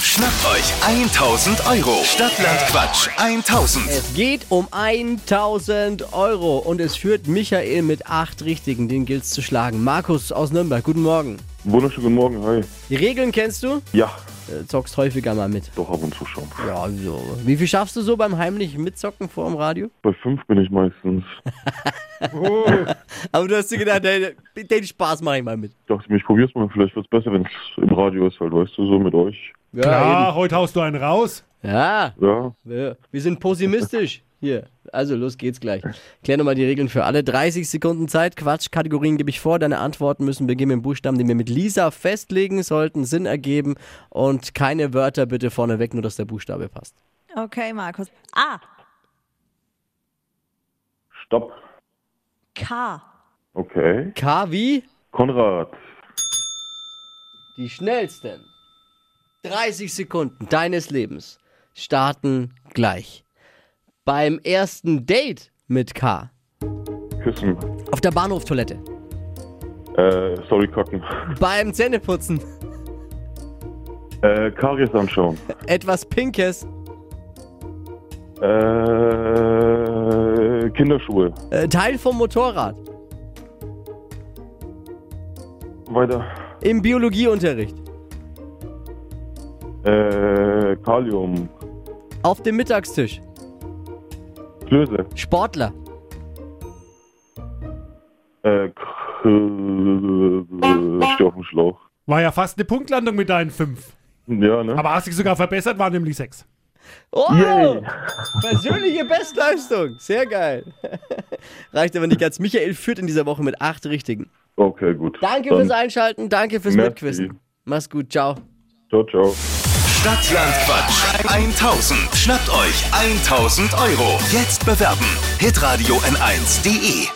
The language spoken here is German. Schnappt euch 1000 Euro. Stadtland Quatsch 1000. Es geht um 1000 Euro und es führt Michael mit acht Richtigen. Den gilt es zu schlagen. Markus aus Nürnberg, guten Morgen. Wunderschönen guten Morgen, hi. Die Regeln kennst du? Ja, Äh, zockst häufiger mal mit. doch ab und zu schon. Ja, so. Wie viel schaffst du so beim heimlichen Mitzocken vor dem Radio? Bei fünf bin ich meistens. Aber du hast dir gedacht, hey, den Spaß mache ich mal mit. Ich dachte mir, ich probier's mal, vielleicht wird's besser, wenn's im Radio ist, halt, weißt du, so mit euch. Ja, Klar, heute haust du einen raus. eben. ja Ja, wir, wir sind pessimistisch. Hier, also los geht's gleich. Klär nochmal die Regeln für alle. 30 Sekunden Zeit, Quatsch, Kategorien gebe ich vor. Deine Antworten müssen beginnen mit dem Buchstaben, den wir mit Lisa festlegen, sollten Sinn ergeben und keine Wörter bitte vorneweg, nur dass der Buchstabe passt. Okay, Markus. Ah, A. stopp. K. Okay. K wie? Konrad, Die schnellsten 30 Sekunden deines Lebens starten gleich. Beim ersten Date mit K. küssen. Auf der Bahnhoftoilette. Äh, sorry, kacken. Beim Zähneputzen. Äh, Karies anschauen. Etwas Pinkes. Äh, Kinderschuhe. Äh, Teil vom Motorrad. Weiter. Im Biologieunterricht. Äh, Kalium. Auf dem Mittagstisch. Klöße. Sportler. Äh, Klöße. Steh auf dem Schlauch. War ja fast eine Punktlandung mit deinen fünf. Ja, ne? Aber hast dich sogar verbessert, waren nämlich sechs. Oh! Yay. Persönliche Bestleistung. Sehr geil. Reicht aber nicht ganz. Michael führt in dieser Woche mit acht Richtigen. Okay, gut. Danke Dann fürs Einschalten. Danke fürs Merci. Mitquissen. Mach's gut. Ciao. Ciao, ciao. Stadtland Quatsch 1000. Schnappt euch 1000 Euro. Jetzt bewerben. Hitradio N1.de.